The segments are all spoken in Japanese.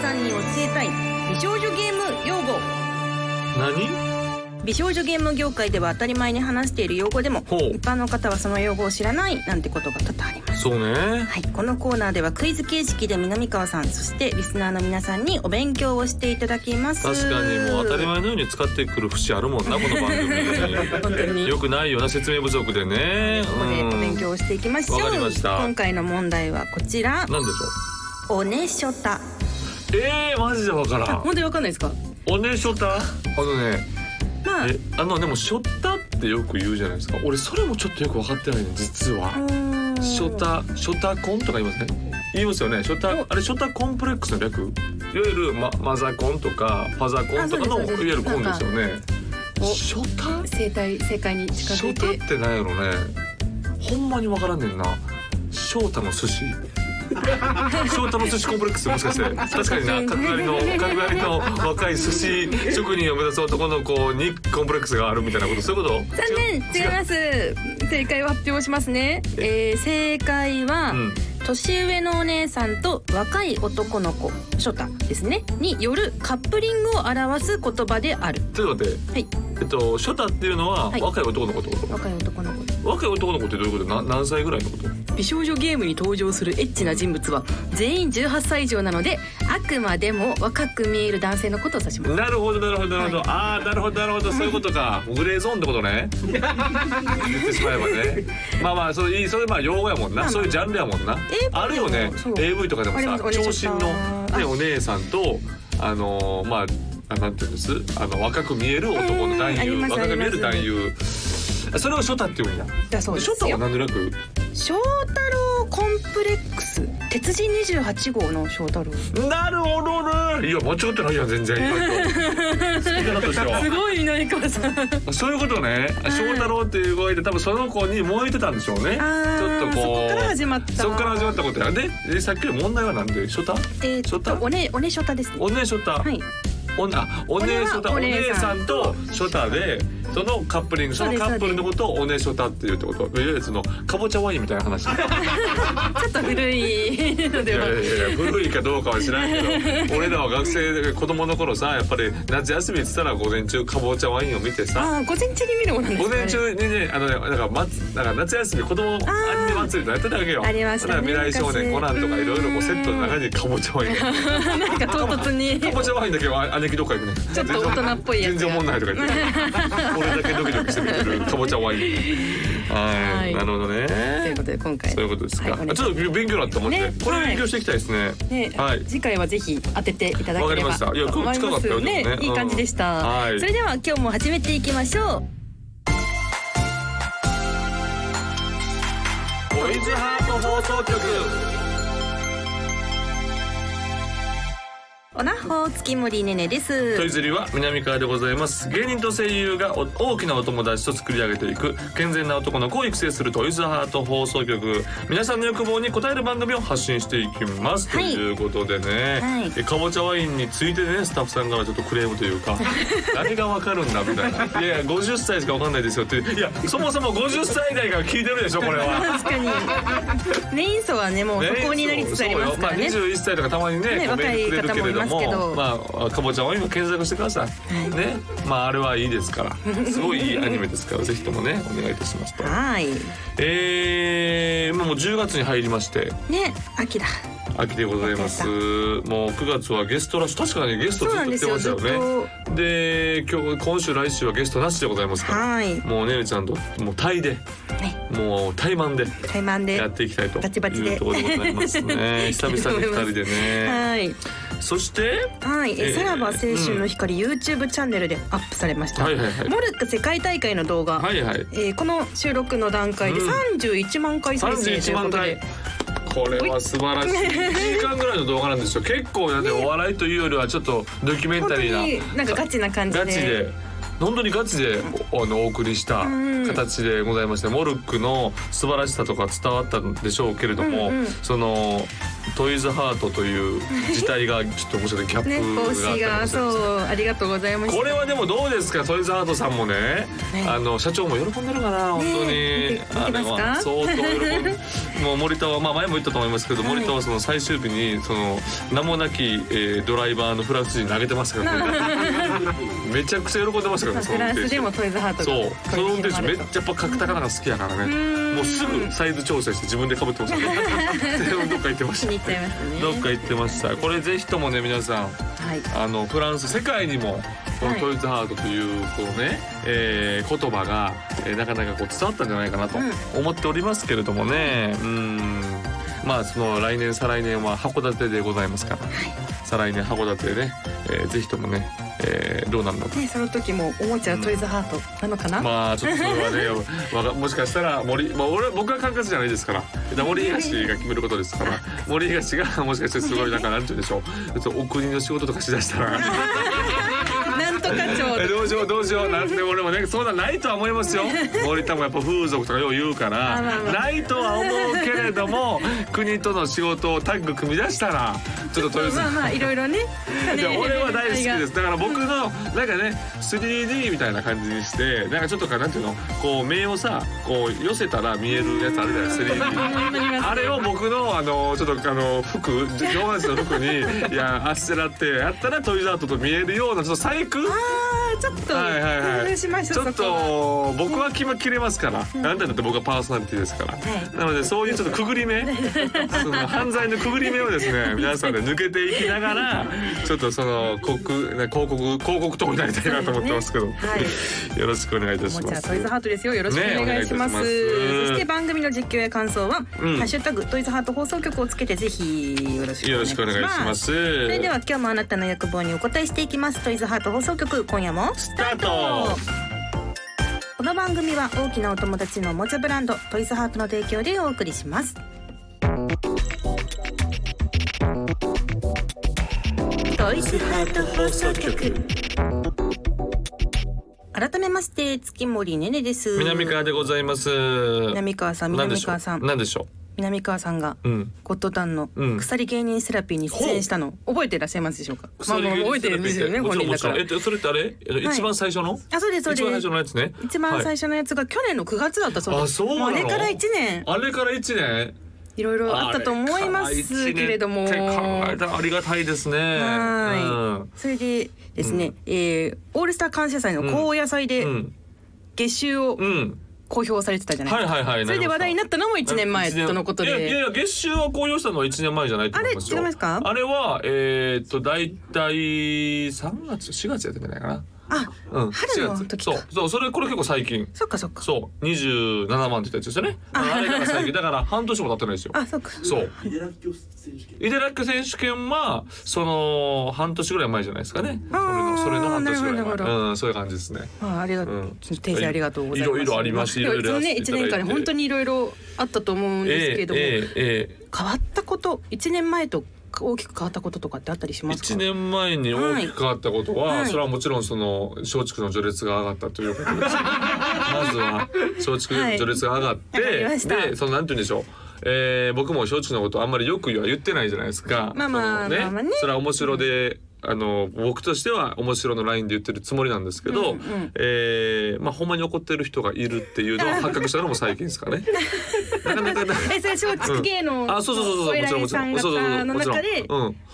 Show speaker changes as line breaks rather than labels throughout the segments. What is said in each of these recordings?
さんに教えたい美少女ゲーム用語
何
美少女ゲーム業界では当たり前に話している用語でも
ほう
一般の方はその用語を知らないなんてことが多々あります
そうね
はい、このコーナーではクイズ形式で南川さんそしてリスナーの皆さんにお勉強をしていただきます
確かにもう当たり前のように使ってくる節あるもんなこ の番
本当
組
に
よくないよな説明不足でね
ここでお勉強
う
をしていきましょう
わかりました
今回の問題はこちら
んなんでしょう
おねしょた
えー、マジでわからん
本当にわかんないですか
おねしょたあのね
まあ
えあのでもしょったってよく言うじゃないですか俺それもちょっとよく分かってないね実はしょたしょたコンとか言いますね言いますよねしょた
お
あれしょたコンプレックスの略いわゆるママザコンとかパザコンとかの
あ
い
そうですそうで
わ
す
ゆるコンですよね
お
しょた
生態正解に近
し
づ
ょ
い
たっててなんやろねほんまに分からんねんな翔太の寿 司翔太の寿司コンプレックスもしかして確かにな角刈りの角刈りの若い寿司職人を目指す男の子にコンプレックスがあるみたいなことそういうこと
残念違います正解を発表しますね、えー、正解は、
うん
年上のお姉さんと若い男の子ショタですねによるカップリングを表す言葉である
ちょっと待って、
はい
えっと初太っていうのは
はい
若い男の子ってこと、
若い男の子
若い男の子ってどういうことな何歳ぐらいのこと
美少女ゲームに登場するエッチな人物は全員18歳以上なのであくまでも若く見える男性のことを指します
なるほどなるほどなるほど、ああなるほどなるほどそういうことかグレーゾーンってことね言ってしまえばねまあまあそれいいそれまあ用語やもん
ま
な、
あまあ
そういうジャンルやもんなあるよね
そう
AV とかでも
あり
さ
ますお
長
姉ち
身
ゃん
の、ね、お姉さんとあのーまああなんていうんですあの若く見える男の男
うんあり
優
ます
若く見える
あ
男
り
優それを初太って言うんや
だそうです
初
よ
太は何となく
翔太郎コンプレックス鉄人28号の翔太郎
なるほどね。いや間違ってないやん 全然。今と好きだなとしては。
ごい南川さんちょっ
そういうことね。翔太郎っていう声で多分その子に燃えてたんでしょうね。ちょっと
そ
こ
こ
う。
から始まった
そっから始まったことやででさっきの問題はなんで初太
えー、
ショ
っと
タ
おねおね翔太ですね
おね初太、
はい
おねあおね初太お
お
姉
姉
さ
さ
ん
ん
と初太でそのカップリングそのカップルのことをおね初太っていうってこといわゆるそのかぼちゃワインみたいな 話い
ちょっと古いの
や
で
いや
はい
や古いかどうかは知らんけど俺らは学生で子供の頃さやっぱり夏休みって言ったら午前中かぼちゃワインを見てさ
ああ午前中に見るものなんです
午
か
前 中にね、あのね、なんか、まつ、なんか夏休み子供アニメ祭りとかやってたわけよ。
ありましたね
だから未来少年コナンとかいろいろこうセットの中にかぼちゃワイ ンが。
な
か
んか唐突 に
ぼちゃワインだけは姉貴どっか行くね。
ちょっと大人っぽいやつが
全然おもんないとか言って。 俺だけドキドキして見てるかぼちゃワイン。は、
はいい
なるほど
という
ね
こ。とで今回
そういうことですか。
はいお願い
あちょっと勉強だったもんね
ね。
これ
はい
勉強していきたいですね。
ね
はい。
次回はぜひ当てていただ
わか
け
り
れ
ま
ば
したいや
と思い
今
ま
日近か
す
ったよ
ね
でもね
いい感じでした、
うんはい
それでは今日も始めていきましょう
ボイズハート放送局。
おなほ月森ねねです
トイズリは南川でございます芸人と声優がお大きなお友達と作り上げていく健全な男の子を育成するトイズハート放送局皆さんの欲望に応える番組を発信していきます、
はい
ということでね、
はい
えかぼちゃワインについてねスタッフさんからちょっとクレームというか 誰がわかるんだみたいないやいや50歳しかわかんないですよっていやそもそも50歳代から聞いてるでしょこれは。
確かに年層はねもう
ね
渡航になりつつありますからね
そうよまあ、21歳とかたまにね
ね
こうメールくれるけれども
若い方もい
まあ、かぼちゃを今検索してください、ねまああれはいいですからすごいいいアニメですからぜひともねお願いいたしますと
はい
えー、まあもう10月に入りまして
ね秋だ
秋でございますもう9月はゲストラッシュ確かにゲスト
そうな
ずっと
んで
来
す
て
よ
まし
ず
た
っ
よ
と
ねで今日今週来週はゲストなしでございますから
はい
もうねるちゃんともうタイで、もうタイマンで
怠慢で
やっていきたいと
バチバチで
いうところでございま すね久々に二人でね
はい
そして
はい、
え
え
ー
さらば青春の光、YouTube チャンネルでアップされました、
はいはいはい
モルック世界大会の動画、
はいはい
えーこの収録の段階で
うん
31万回再生とい
31
うこ
万
と
回
で、
これは素晴らしい1時間ぐらいの動画なんですよ結構だってお笑いというよりはちょっとドキュメン
本
タ
当
リー
にな
な
んかガチな感じで
ガチで本当にガチでおあのお送りした
うん
形でございまして、モルックの素晴らしさとか伝わったんでしょうけれども、
うんうん
そのトイズハートという事態がちょっと面白いギャッ
ね
プがあ
帽
っ
子
たかもしれない
が
です
そうありがとうございました
これはでもどうですかトイズハートさんもねあの社長も喜んでるかな本当に
ねえ見て見てますか
あれは相当喜んでもう森田はまあ前も言ったと思いますけど森田はその最終日にその名もなきえードライバーのフランス人投げてましたから ねめちゃくちゃ喜んでましたからねそ
フ
の運
ランス
転手
でもトイズハートが
そうその運転手めっ
ゃ
ちゃやっぱ角高なのが好きやからね
ん
もうすぐサイズ調整して自分で被ってました からねどっか行ってまし
気
た
に入っちゃいましたね
どっか行ってましたこれぜひともね皆さん
はい
あのフランス世界にもこの
はい
トイズハートというこうね、えー言葉が、えーなかなかこう伝わったんじゃないかなと思っておりますけれどもねうんまあその来年再来年は函館でございますから、再来年函館でね、えーぜひともね、えーどうなるのか。
ねその時もおもちゃはトイズハートなのかな、
まあちょっとそれはね わがもしかしたら森、まあ、俺僕が管轄じゃないですからだから森東が決めることです から森東がもしかしてすごいなんかなんて言うんでしょうちょっとお国の仕事とかしだしたら。
なんとか
え
町
どうしようどうしようなんで俺もねそんなんないとは思 いますよ森田もやっぱ風俗とかよう言うから
あまあまあ
ないとは思うけれども国との仕事をタッグ組み出したらちょっととりあえず
まあまあいろいろね
いや俺は大好き
愛
で
が
すだから僕のなんかね 3D みたいな感じにしてなんかちょっとかなんていうのこう目をさこう寄せたら見えるやつあるじゃない 3D あれを僕のあのちょっとあの服上半身の服にいやあっせらってやったらトイザートと見えるようなちょっと細工
あーちょっと
はいはい
工
は
夫
い。
しまし
ち
ょう
ょっ
そこは
と僕は気も切れますから。なんだって僕はパーソナリティですから。なのでそういうちょっとくぐり目、その犯罪のくぐり目をで すね、皆さんで抜けていきながら、ちょっとその広告ね広告広告塔になりたいなと思ってますけど、よろしくお願いいた
お
し
もち
ま
ゃは
す
トイ。ズハートですよよろしく
ね
お願いします,、
お願いいたします
そして番組の実況や感想は、
うん
ハッシュタグトイズハート放送局をつけてぜひよろしくお
よ
願
ろ
い
し
し
くお願いし
ま
ますす。
そ
そ
れ
れ
では今日もあなたの欲望にお答えしていきますトイズハート放送局今夜も
スタート。
この番組は大きなお友達のおもちゃブランドトイズハートの提供でお送りしますトイズハート放送局改めまして月森ねねです
南川でございます。
南川さん
なんで
南
しょ
川さ
う。
ん
なんでしょ
南川さんが
う。うん。
ゴッドタンの
うん
鎖芸人セラピーに出演したの、覚えていらっしゃいますでしょうか
それ
まあまあ覚えてるんですよね
も
本
ち
人
ろんも
だ
ち
か
ろん。
ら
えっとそれってあれえっと
はい
一番最初の？
あそうですそう
一番
で
最
す
初のやつね。
一番最初のやつが去年の9月だったそうです、
あそうなの
もあれから一年
あれから一年。
いろいろあったと思いますけれども
あれから一年って考えたらありがたいですね。
はーい、それでですね、えーオールスター感謝祭の高野祭で
うん。うん。
月収を
うん。
公表されてたじゃない
は
で
い
すか、
はいはい。
それで話題になったのも
一
1年前とのこと
いやいやい
で
や月収を公表したのは一年前じゃないと思いますよ。
あれ違いますか
あれはえーっとだいたい三月四月やったんじゃないかな。
あ
うん。
春の
4月
時か
そうそうそれこれ結構最近。
そっかそっか
そう二十七万って言ったやつですよね。ああれから最近だから半年も経ってないですよ。
あそっか
そう。
イデラッキョ選 手権
イデラック選手権はその半年ぐらい前じゃないですかね。そ
あ
れ
ー
のそれの半年ぐらい
なるほどなるほ
前。
ど
うんそういう感じですね。
まあ、ありがとう、
うん
ちょっと訂正ありがとうございます。
いろいろありまして
いろい
いろいろ
ろね、
やらせて
一
いただい
年
て
間本当にいろいろあったと思うんですけれども、
ええええ
変わったこと、一年前と大きく変わったこととかってあったりしますか。
1年前に大きく変わったことは、
はい
それはもちろんその松竹の序列が上がったということ ですまずは松竹の序列が上がって、
はいわかりました
でそのなんて言うんでしょうえー、僕も松竹のことあんまりよくは言ってないじゃないですか。
まあまあ
そのね
まあまあね
それは面白で、あの僕としては面白のラインで言ってるつもりなんですけど、
うんうん
えーまあほんまに怒ってる人がいるっていうのを発覚したのも最近です かね。なかなかだ
え、それ松竹芸能、
あ、そうそうそうそ
お
う、もちろん、
偉
も
い
ちろ
さん
ん、そうそうそ
方
う、
の
もちろん
中で。、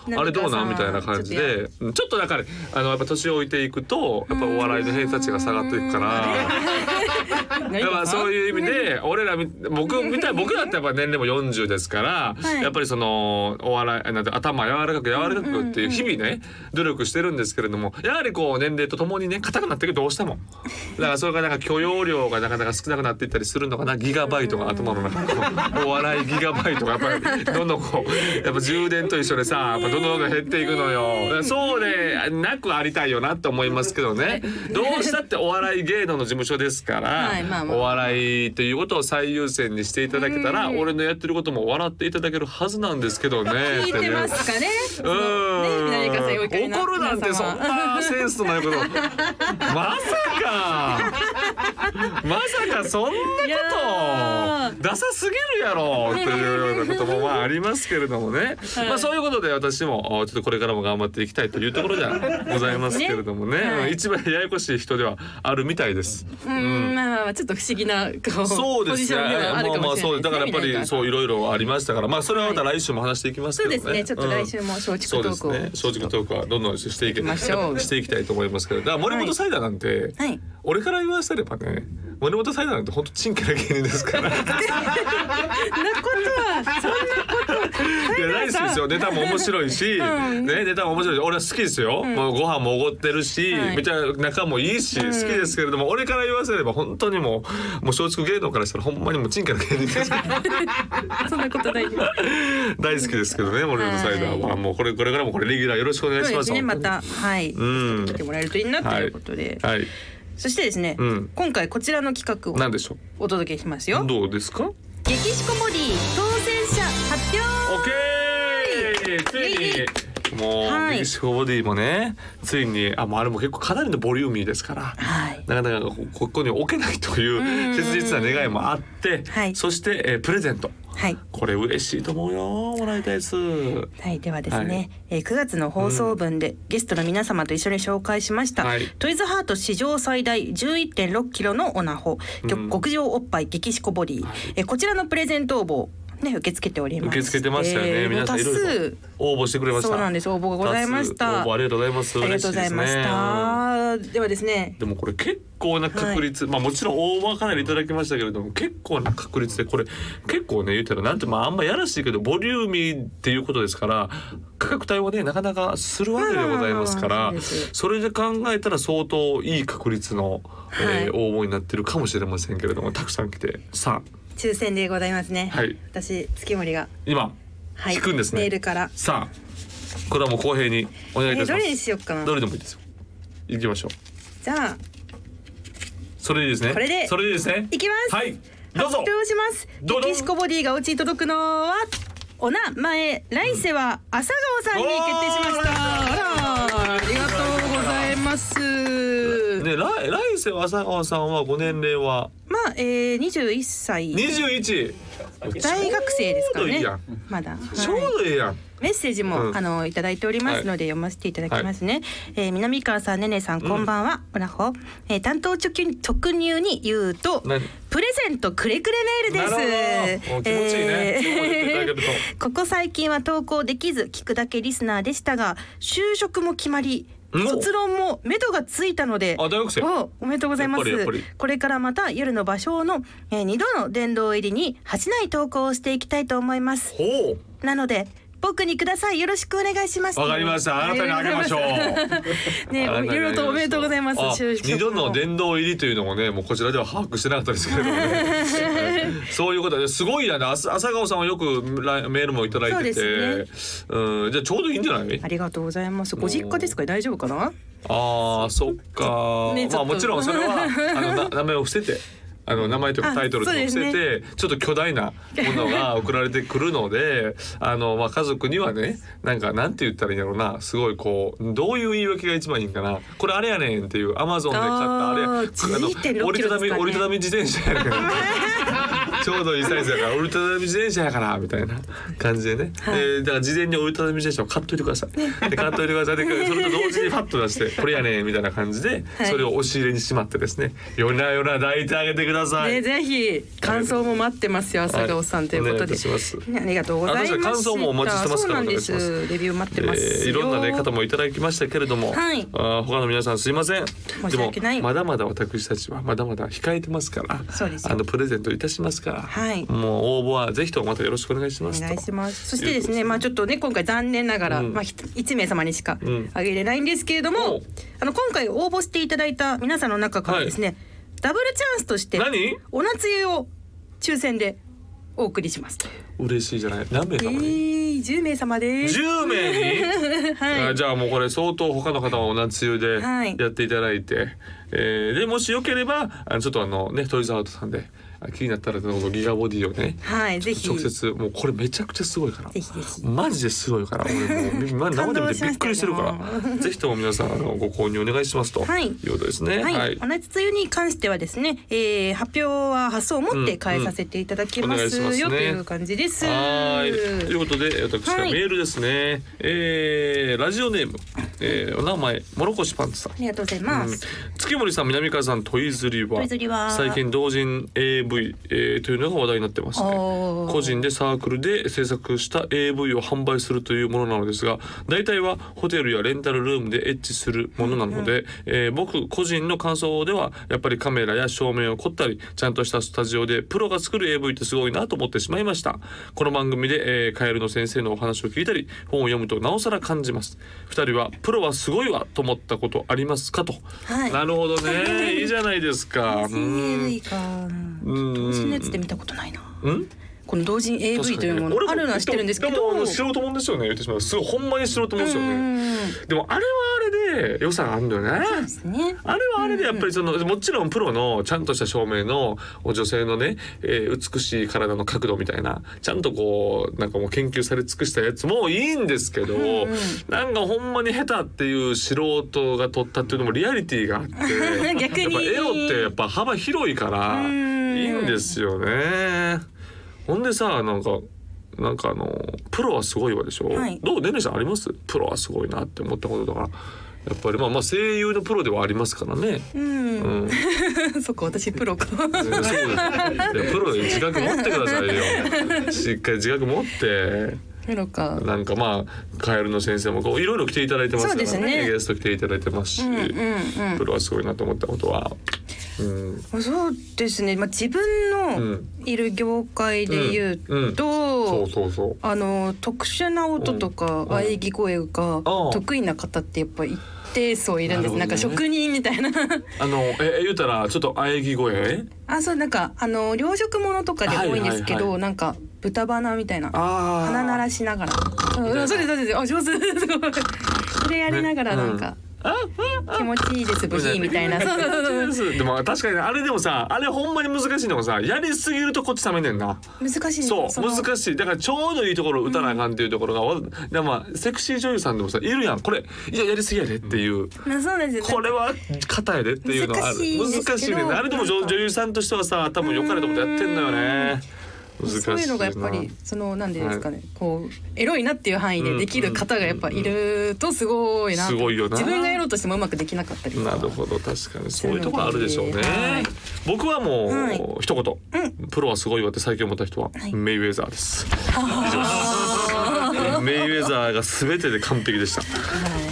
うん、あれどうなんみたいな感じで、うんちょっとだから、あの、やっぱ年を置いていくと、やっぱお笑いの偏差値が下がっていくから。だから、そう
う。
いう意味で、俺らみ、僕みたい、僕だってやっぱ年齢も40ですから。
はい
やっぱり、その、お笑い、なんて、頭柔らかく、柔らかくっていう、日々ね、努力してるんですけれども。やはり、こう、年齢とともにね、硬くなっていく、どうしても。だから、それが、なんか、許容量がなかなか少なくなっていったりするのかな、ギガバイトが頭の中の。お笑いギガバイトが、やっぱり、どんどん、こう、やっぱ充電と一緒でさ、やっぱ、どんどんどん減っていくのよ。だからそうで、なくありたいよなと思いますけどね。どうしたって、お笑い芸能の事務所ですから。
はいまあまあ
お笑いということを最優先にしていただけたら、俺のや ってることも笑っていただけるはずなんですけどね。
聞いてますかね。
うん
ね、南川さん、お怒りな
怒るなんてそんなセンスのな いことまさかまさかそん
いや
な
ー
ことダサすぎるやろっていうようなこともまあありますけれどもね、
はい
まあそういうことで私もあちょっとこれからも頑張っていきたいというところではございますけれどもね
ねはい
うん一番ややこしい人ではあるみたいです。
うーんまあまあまあちょっと不思議なこう
そうで
ポジ
す
シ
ね。
ョンではあるか
まあま
もし
あ
れ
そ
な
う
い
だからやっぱり
う
そういろいろありましたから、まあそれはまた来週も話していきますけ
そう
どね。
ですねちょっと来週も松
そう
竹ト
です
ー
ね。
ク
正直トークはどんどんしていけ
行きましょう
していきたいと思いますけど、だから森本サイダーなんて、
をはい
俺から言わせればね、森本サイダーなんて本当チンケな芸人ですから。い
そんなことはそんな
や大好きですよ。ネタも面白いし、
うん
ねネタも面白いし、俺は好きですよ。もうご飯もおごってるし、
はい
めちゃ仲もいいし、好きですけれども、俺から言わせれば本当にもうもう松竹芸能からしたらほんまにもうチンケな芸人 ですから。
そんなことないです
大好きですけどね、森本サイダーは、
はい
もうこれこれからもこれレギュラーよろしくお願い
そう
し
で
ます。
すねま
本当に
たはい
うん
来てもらえるといいなということで、
はい。
そしてですね、
うん
今回こちらの企画を
なんでしょ
お届けします
う。
よ
どうですか？オッ
激しこボディ当選者発表
ケー。つ
はい
いにもう、
はい
メキシコボディもね、ついにあもうあれも結構かなりのボリューミーですから。
はい
なかなかこここに置けないという切実な願いもあって、
はい
そして、えープレゼント
はい
これ嬉しいと思うよもらいたいです
はい、ではですね、
はい
えー9月の放送分でゲストの皆様と一緒に紹介しました、
はい
トイズハート史上最大11.6キロのオナホ、ぎょ
うん
極上おっぱい激しこボディ、えーこちらのプレゼント応募ね受け付けております
受け付けてましたよね、皆さんいろいろと応募してくれました
そうなんです応募がございました
多数応募ありがとうございます
ありがとうございまし
嬉しい
たではですね
ですねでもこれ結構な確率、まあもちろん応募はかなりいただきましたけれども結構な確率でこれ結構ね言ったらなんてまああんまやらしいけどボリューミーっていうことですから価格帯はねなかなかするわけでございます
ま
か
あまあ
ら
まあそうです
それで考えたら相当いい確率の、えー
は
応募になってるかもしれませんけれどもたくさん来てさあ
抽選でございますね、
はい
私月森が
今、
はい
聞くんですね
メールから
さあこれはもう公平にお願いい
え
たし
ど
ます、
れにしようかな
どれでもいいですよ行きましょう
じゃあ
それでいいですね。
これで
それでいいですね。
いきます
はい。どうぞ
発。表します
どうぞ
メキシコボディがお家に届くのはお名前来世は朝顔さんに決定しましたあらありがとうございます、
ね、来来世は浅川さんはご年齢は
まあ、えー、21歳
二十一。
大学生ですから
ちょうどいい
ね
やん
まだ、
ちょう
はい
どいいやん。
メッセージも、
うん
あのいただいておりますので、読ませていただきますね、えー南川さんねねさんこんばんは、おらほ、えー担当直入直入に言うと
何
プレゼントくれくれメ
なるほど。
ールです
もう気持ちいいね。そこまで言っていただけると。
ここ最近は投稿できず聞くだけリスナーでしたが就職も決まり
うん
卒論も目処がついたので
あ大学生
おおめでとうございます
やっぱりやっぱ
これからまた夜の場所の、え2度の殿堂入りに恥じない投稿をしていきたいと思います
ほ
なので僕にくださいよろしくお願いします
う。わかりました。あなたにあげまし ょう。
うねいろいろとおめでとうございます
あ
就職も
二度の殿堂入りというのもね、もうこちらでは把握してなかったですけれどもね。 そういうことですごいやね。あす朝顔さんはよくらメールもいただいてて、
そうで
うん、じゃあちょうどいいんじゃない
あ？りがとうございますご実家ですか大丈夫かな
あーそっか、
ねち
ま
ょ
あ
っと
もちろんそれはあの な名前を伏せて。あの名前とか
あ
タイトルとか伏せ
そう
て、ちょっと巨大なものが送られてくるので あの、まあ、家族にはねなんかなんて言ったらいいんだろうなすごいこうどういう言い訳が一番いいんかなこれあれやねんっていうアマゾンで買ったあれ
あー
あの
11.6
折りたたみ
キロ
折り
です
た
か
たみ自転車やねんちょうどいいサイズやから折りたたみ自転車やからみたいな感じでね、えーだから事前に折りたたみ自転車を買っといてくださいで買っといてくださいでそれと同時にパッと出して「これやねん」みたいな感じで、
はい
それを押し入れにしまってですね夜な夜な抱いてあげてください。
ね、ぜひ感想も待ってますよ、朝顔さんということ
お願い
で
いたします
ねありがとうございます
あ確かに感想もお待ちしてますから
そうなんです
お願いし
レビュー待ってますよ、
えーいろんな、ね、方もいただきましたけれども、
はい
あー他の皆さんすいません
し訳ない
でもまだまだ私たちはまだまだ控えてますから
そうですよ
あのプレゼントいたしますから、
はい
もう応募はぜひともまたよろしくお願いし
お
ますと
願いしますそしてです
いうこと
ねまあちょっとね今回残念ながら、
うん
まあひと一名様にしか
うん
あげれないんですけれども、
おう
あの今回応募していただいた皆さんの中からですね、ダブルチャンスとして
何
お夏湯を抽選でお送りします
嬉しいじゃない何名
え
様に、
ー、10名様です
10名 に
は
あ
い
じゃあもうこれ相当他の方はお夏湯で
はい
やっていただいて、えーでもしよければあのちょっとあのねトイズハートさんで気になったらこのギガボディをね
はい、ぜひ。
直接もうこれめちゃくちゃすごいから
ぜひぜひ。
マジですごいから俺もうみま生で見てびっくりしてる
感動し
か
ま
らぜひとも皆さんあのご購入お願いしますと
はい
いうことですね。
はい、
はい
同じ梅雨に関してはですね、えー、発表は発送を持って変えさせていただきま
うんうん
す
お願いし
よ、
ますね
という感じです。
はいということで私から
は
メ
い
ールですね、えーラジオネーム、えーお名前もろこしパンツさん
ありがとうございます。
うん月森さん南川さんトイズリは
トイズリは
最近同人 AV、えーというのが話題になってますね
おー
個人でサークルで制作した AV を販売するというものなのですが大体はホテルやレンタルルームでエッチするものなので、えー僕個人の感想ではやっぱりカメラや照明を凝ったりちゃんとしたスタジオでプロが作る AV ってすごいなと思ってしまいましたこの番組で、えーカエルの先生のお話を聞いたり本を読むとなおさら感じます2人はプロはすごいわと思ったことありますかと、
はい
なるほど ねいいじゃないですかうん
いいか。
うん
同時のやつで見たことないな。
うん
この同人 AV というもの
確かに
あるのは知ってるんですけど。
俺も素人もんですよね言ってしまうすごいほんまに素人もんですよ
う
ね
ん
でもあれはあれで予算あるんだよね
そうですね。
あれはあれでやっぱりその、もちろんプロのちゃんとした照明の女性のね、えー美しい体の角度みたいなちゃんとこうなんかもう研究され尽くしたやつもいいんですけど、なんかほんまに下手っていう素人が撮ったっていうのもリアリティがあって
逆に
やっぱエロってやっぱ幅広いからいい
ん
んですよね。ほんでさなんかなんかあのプロはすごいわでしょ、
はい
どうねねさんありますプロはすごいなって思ったこととかやっぱりまあまあ声優のプロではありますからね、
うん
う。ん、そう
そっか私プ ロか。
ですいやプロで自覚持ってくださいよしっかり自覚持って
プロか。
なんかまあカエルの先生もこういろいろ来ていただいてますからね
そうですね
ゲスト来ていただいてますし、
うんうんうん
プロはすごいなと思ったことは、うん、
そうですね。まあ自分
う
の
ん
いる業界で言う
そ
と
う。そうそう
あの特殊な音とか
うん
喘ぎ声が
ああ
得意な方ってやっぱ一定数いるんです。な
なるほどね
んか職人みたいな。
あのえ言うたらちょっと喘ぎ声
あ、そうなんかあの糧食ものとかで多いんですけ
はいはいは
ど、なんか豚鼻みたいな。
あ
鼻鳴ら
し
しながら。うんそうですそうです。あ上手。すごいそれやりながらなんか気持ちいい ですブヒーみたいな。そうそうそうそう。
でも確かにあれでもさあれほんまに難しいのがさやりすぎるとこっち冷めんねんな
難しい
そう
い
難しいだからちょうどいいところを打たなあかんっていうところが、わでもまあセクシー女優さんでもさいるやんこれいややりすぎやでっていう。
そうですね
これは肩やでっていうのはある
難しいんですけど
難しいねあれでも女
なんか
女優さんとしてはさ多分良かれと思ってやってんだよね難しい
そ
な
ういうのがやっぱりそのなんでですかね、こうエロいなっていう範囲
うん
でできる方がやっぱいるとすごいなと
すごいよな
自分がエロとしてもうまくできなかったりとか
なるほど確かにそういうところあるでしょうね、
はい
僕はもう、
はい
一言、プロはすごいわって最近思った人は、
はい
メイウェザーです以 上ですメイウェザーが全てで完璧でした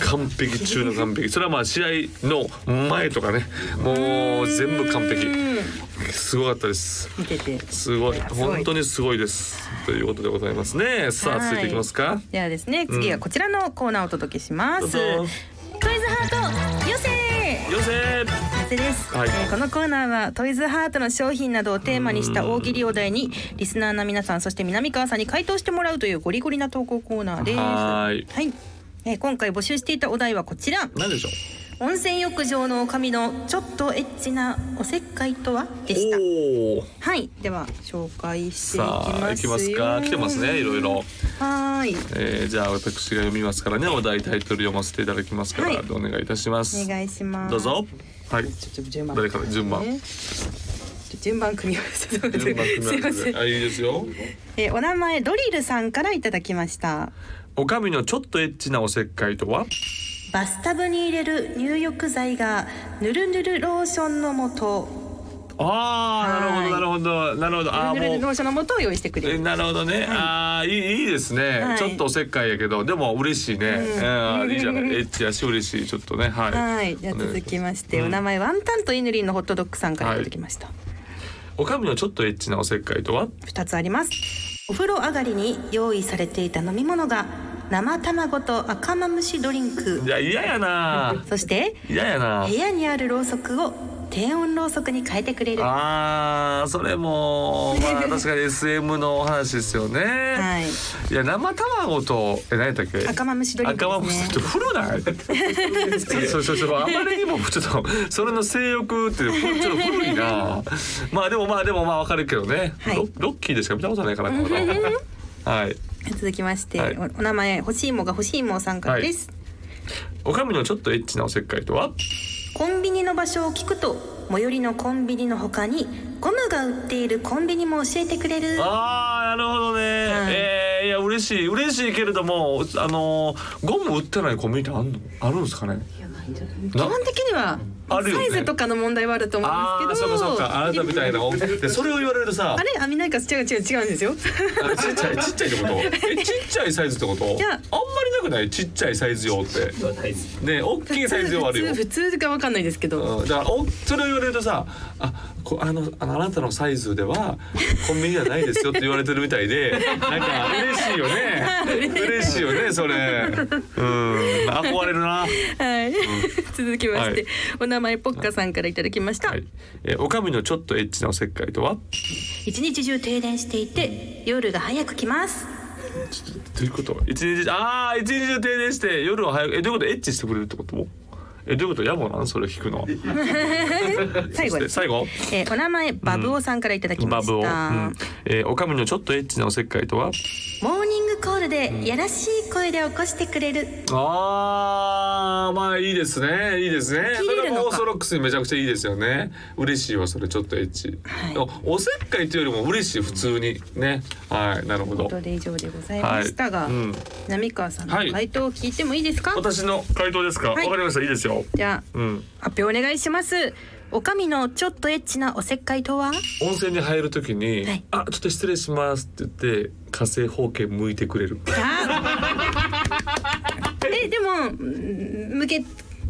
完璧中の完璧それはまあ試合の前とかねもう全部完璧すごかったです
見てて
すごい
すごい
本当にすごいですということでございますねさあ
はい
続いていきますか、
ではですね次はこちらのコーナーをお届けします、
どうぞ
トイズハートよせ
よせ
風です、
はい
えーこのコーナーはトイズハートの商品などをテーマにした大喜利お題にリスナーの皆さんそして南川さんに回答してもらうというゴリゴリな投稿コーナーです
はーい
はい、えー今回募集していたお題はこちら
何でしょう
温泉浴場の女将のちょっとエッチなおせっかいとはでした
おお
はいでは紹介していきますよ
さあ行きますか来てますねいろいろ
はーい
えー、じゃあ私が読みますからねお題タイトル読ませていただきますから、
はい
お願いいたします
お願いします
どうぞはい
ちょっと順番
誰から順番
ねちょ順番組み合わせ す
順
いま
番組み合わせ
せ
で
ん
あいいですよ
えーお名前ドリルさんからいただきました
おかみのちょっとエッチなおせっかいとは
バスタブに入れる入浴剤がぬるぬるローションの素
ああなるほどなるほどなるほどああ
ぬるぬるロ
もう
ーションの素を用意してくれ
え
る
なるほどね、ああいいいいですね、
はい
ちょっとおせっかいやけどでも嬉しいね、うん、いいじ ゃないエッチやし嬉しいちょっとねはい、
はいじゃあ
お願
続
いします
きまして、お名前ワンタンとイヌリンのホットドッグさんからいただきました、
おかみのちょっとエッチなおせっかいとは
2つありますお風呂上がりに用意されていた飲み物が生卵と赤マムシドリンク
いや嫌やな
そして
嫌やな
部屋にあるろうそくを
低温ろうそくに変えてくれる。は
あーそれも、まあ、確かに SM のお話ですよね、
い。
い、や生卵とえ何やったっけ
赤まむしドリンク
赤まぶ
です
し
ね
って。振るな いそうそうそうあまりにもちょっとそれの性欲ってふちょっと古いなまあでもまあでもまあわかるけどね、
はい
ロロッキーでしか見たことないか らねまだはい
続きまして、
はい
おお名前欲しいもが欲しいもさんからです、
おかみのちょっとエッチなおせっかいとは
コンビニの場所を聞くと最寄りのコンビニの他にゴムが売っているコンビニも教えてくれる
ああなるほどね、
はい
えーいや嬉しい嬉しいけれどもあのーゴム売ってないコンビニってあんのあるんですかね
基本的には
あるよ
サ
ね
イズとかの問題はあると思
あ
うん
あ
で
ー
す
そ
け
う
ど
かそうかあなたみたいな でそれを言われるとさ
あれ網ないか違う違う違うんですよ
あちっちゃいちっちゃいって ことえちっちゃいサイズってことあんまり
や
なくないちっちゃいサイズ用ってね大きいサイズ 用あるよ
普通普通かわかんないですけど
うんだからおそれを言われるとさ「あこあのあのあなたのサイズではコンビニじゃないですよ」って言われてるみた いでなんか嬉しいよね嬉しいよねそれうん憧れる
は
な
い、 続きまして、
はい
お名前ポッカさんからいただきました、
はいえおかみのちょっとエッチなおせっかいとは
一日中停電していて夜が早く来ます
どういうこと一日中ああ一日中停電して夜は早くえどういうことエッチしてくれるってことえどういうこと野暮なんそれ聞くのは
最後
そして
です、
最後
えーお名前バブオさんからいただきま
バ
した、
ブを、うんえおかみのちょっとエッチなおせっかいとは
モーニングコールでやらしい声で起こしてくれる、
あーまあいいですねいいですね
聞
そ
き入れ
れ
るのか
もオーソドックスにめちゃくちゃいいですよね嬉しいわそれちょっとエッチ、
はい
でもおせっかいというよりも嬉しい普通にねはいなる
とい
ほ
う
ど
ことで以上でござい
は
ま
い、
したが、
うん、
浪川さんの
はい
回答を聞いてもいいですか、
私の回答ですかわ、
はい
かりましたいいですよ
じゃあ
うん
発表お願いしますおかみのちょっとエッチなおせっかいとは
温泉に入るときに、
はい
あちょっと失礼しますって言って火星方形向いてくれる
えでもうん向け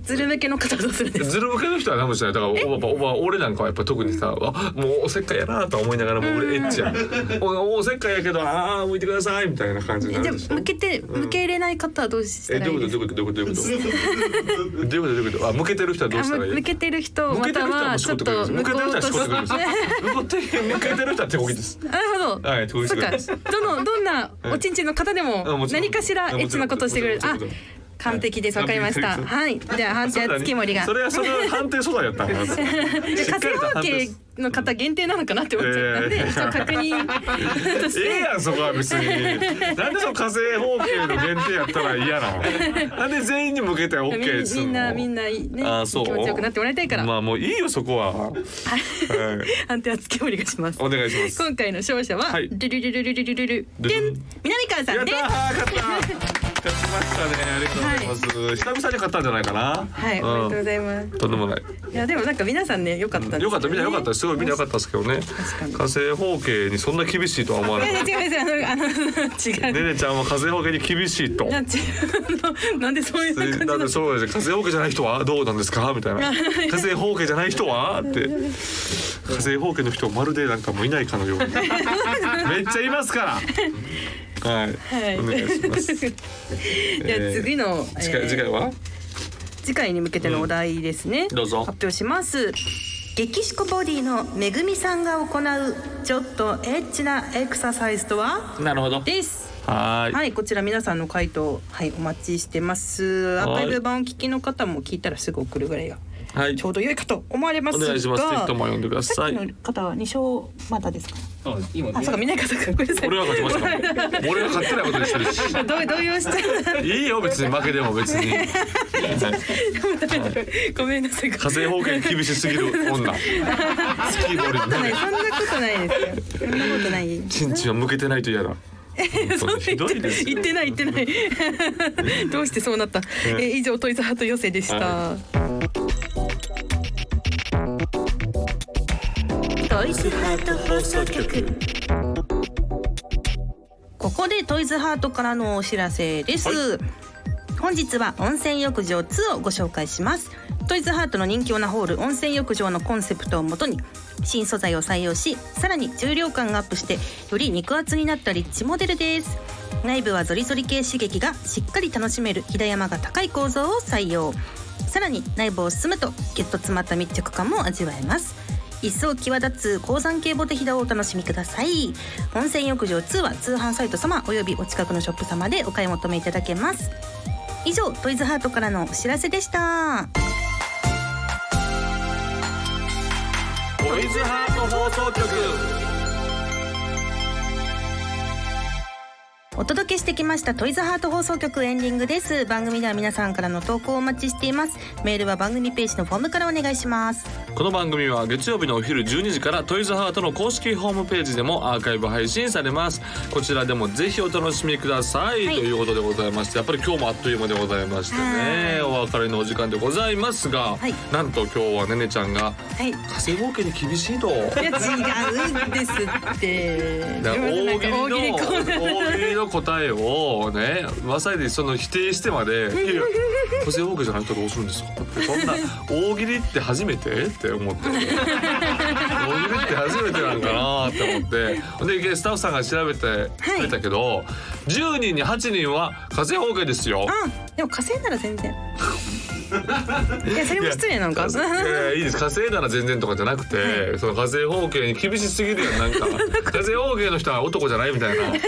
ずる向けの方はどうするんですか
ズル向けの人は何もしないだからおばおば俺なんかはやっぱ特にさあもうおせっかいやなとは思いながらもう俺エッチやおおせっかいやけどああ向いてくださいみたいな感じにな
じゃ
るでし
あ
ょ
向けて向け入れない方はどうした
え
ら
ど
いいう
い
で
う
す
ことどういうことどういうことどういうことどういうことどういうことあ向けてる人はどうし
か
た
あ
らいい
む向けてる人またはちょっと
向
向
け
こ
て
う
る人
と
は仕事
し
くれるんです向けてる人は仕事くれるんです向こう手向けてる人は手こぎです
なるほど、
はい手こぎし
そ
て
っ
くれ
か
ます
どのどんなおちんちんの方で
うんも
も
ちろん
何かしらエッチなことをしてくれる
うん
あ
もちろんもちろんもち
完璧です
は
わか
い
りました
完
はいじゃあ判定は月森が
それはそれは判定素材やったんやしっ
で
か
火
り
星
と判
方
定
形
す
の方限定なのかなって思っちゃったんで、
えー
一応確認とし
ええ
て
や んそこは別になんでその火星方形の限定やったら嫌 なのなんで全員に向けて OK っ
み
つう
み
の
んなみんなね
あー
気
そう
持ちよくなってもらいたいから、
まあもういいよそ こは、はい、
判定は月森がします
お願いします
今回の勝者は、
はい
ルルルルルルルルル
ル
ルン南川さ
や
ん
っ
で
た
す
ー勝った勝ちましたねありがとうございます、久々に勝ったんじゃないかな
はい、
う
おめでとうご
ん
ざいます
とんでもない
いやでもなんか皆さんね良かったんです
よかったみんなよかったすごいみんなよかったですけどね
かに
火星方形にそんな厳しいとは思わな かっ
違う違うあのあの違
た
う
ねねちゃんは火星方形に厳しいと
なんてあの なんでそういう感じ
だ
な
っ
の
てそうですね火星方形じゃない人はどうなんですかみた いな火星方形じゃない人はって火星方形の人まるでなんかもういないかのよう にめっちゃいますからはい、
はい
お願いし ます
じゃあ次の、えー
次回次回は
次回に向けてのお題ですね、
どうぞ
発表します
激しこボディのめぐみさんが行うちょっとエッチなエクササイズとは
なるほどは
です
ーい
はいこちら皆さんの回答はいお待ちしてますア
は
ーカ
い
イブ版を聞きの方も聞いたらすぐ送るぐらいが
はい
ちょうど良いかと思われます
お
が
願いしますぜひとも読んでください
さっきの方は二勝まだですか
そうです今
あそうか見ないかそうかごめんなさい
俺は勝ちましたもん俺は勝ってないことにしてるし
どう動揺しちゃった
いいよ別に負けでも別にはい
ごめんなさいごめん
火星方形に厳しすぎる女スキーボールに
そんなことな
ないれ
そんなことないですよそんなことない
チンチンは向けてないと嫌だ
そんな
ひどいですよ
言ってない言ってない。どうしてそうなった。えー以上トイズハート寄せでした。
は
トイズハート放送局ここでトイズハートからのお知らせです、
は
本日は温泉浴場2をご紹介しますトイズハートの人気オナホール温泉浴場のコンセプトをもとに新素材を採用しさらに重量感がアップしてより肉厚になったリッチモデルです内部はゾリゾリ系刺激がしっかり楽しめるひだ山が高い構造を採用さらに内部を進むとぎゅっと詰まった密着感も味わえます一層際立つ高山系ボテヒダをお楽しみください温泉浴場2は通販サイト様およびお近くのショップ様でお買い求めいただけます以上トイズハートからのお知らせでした
トイズハート放送局
お届けしてきましたトイズハート放送局エンディングです番組では皆さんからの投稿をお待ちしていますメールは番組ページのフォームからお願いします
この番組は月曜日のお昼12時からトイズハートの公式ホームページでもアーカイブ配信されますこちらでもぜひお楽しみください、
はい
ということでございましてやっぱり今日もあっという間でございましてねお別れのお時間でございますが、
はい
なんと今日はねねちゃんが
はいい
稼ごうけに厳しいと
や違うんですって
だから大喜利の
大喜利コーナ
大喜利の答えをねまさにその否定してまで「いやいや個性多くじゃない人どうするんですか?」そんな大喜利って初めてって 思って大喜利って初めてなんかなって思ってでスタッフさんが調べてくれたけど、10人に8人は個性多くですよ。
あでも稼いなら全 然いやそれも失礼なんか
いやいやいいです稼いだら全然とかじゃなくて、その課税方形に厳しすぎるやんなんか課税方形の人は男じゃないみたいなね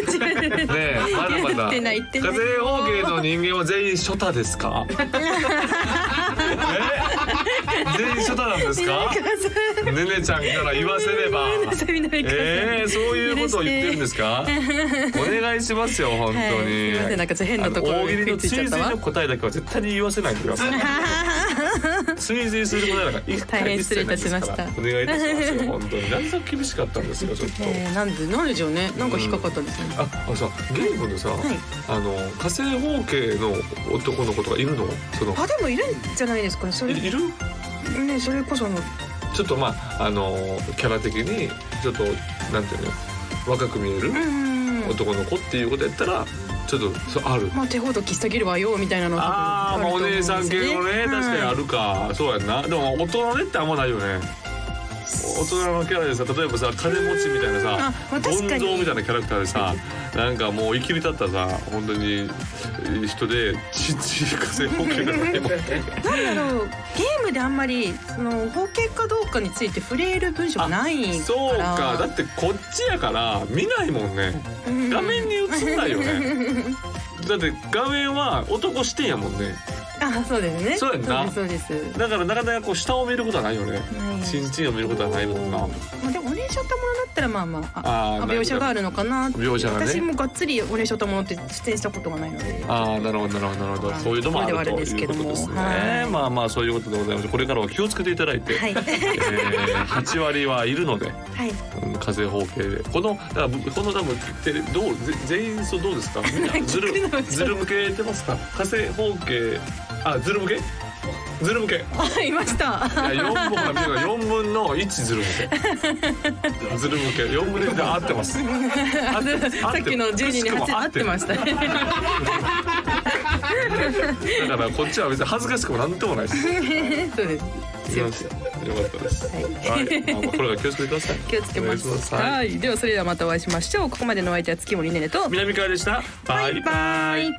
えまだまだ
言ってない言ってない
課税方形の人間は全員ショタですかえ全員ショタなんですかねねちゃんから言わせれば
セ ミナー行かせ
えー、そういうことを言ってるんですかお願いしますよ本当に、
はいすいませんなんかちょっと変なところ
あの大喜利の
食いついちゃ
追
ったわ
随の答えだけは絶対に言わせないでください追随する答えなんか一
大
回
変
一
失
切
礼い
ないで
たし
す
ま
か
した
らお願いいたしますよ本当に何が厳しかったんですよちょっと、
えー、なんでなんでしょうねなんか引っかかったんですよね
あ、あのさ、ゲームでさ、あの火星方形の男の子とかいるの？その
あでもいるんじゃないですかねそれ
いい
ね
る？
それこそあの
ちょっとまああのキャラ的にちょっとなんていうの若く見える
うん
男の子っていうことやったらちょっとそうある。
まあ手ほどき下げるわよみたいなの
あーまあお姉さん系のね確かにあるかそうやんなでも大人ねってあんまないよね大人のキャラでさ例えばさ金持ちみたいなさ
あまあ確か
権
に
蔵みたいなキャラクターでさなんかもう生きり立ったさ本当に人でちっちゃい風を受けた ら
なんだろうゲームであんまりその方形かどうかについて触れる文章がないから
そうかだってこっちやから見ないもんね
うん
画面に映んないよね だって画面は男視点やもんね
あそうですね
そうやんな
そうですそうです
だからなかなかこう下を見ることはないよね
ない
ちんちんを見ることはないもんな
まあでもお姉しょったものだったらまあまああ
あー
あ
なるほど
描写があるのかなって
描写がね
私もがっつりお姉しょったものって出演したことがないので
ああなるほどなるほどなるほど
はい
そういうのもある
それで
と
はあるんです
い
け
う
ど
こ
も
とですね
はい
まあまあそういうことでございますこれからは気をつけていただいて、
はい
えー、8割はいるので
はい
うん風方形でこのだからこの多分テレどうぜ全員そうどうです かみんなずるずる向けてますか風方形あずる向けずる向けい
あいました
や4本が見える4分の1ずる向けずる向け4分の1で合っ てます合ってます
さっきの10人に
合
合ってましたね
だからこっちは別に恥ずかしくもなんともないです
そうです
よかったです。はい、あ、これが気をつけてください。
気をつけます
お願いします
は
はい
いではそれではまたお会いしましょうここまでのお相手は月森ねねと
南川でした。バイバイ。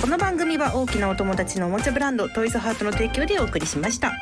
この番組は大きなお友達のおもちゃブランドトイズハートの提供でお送りしました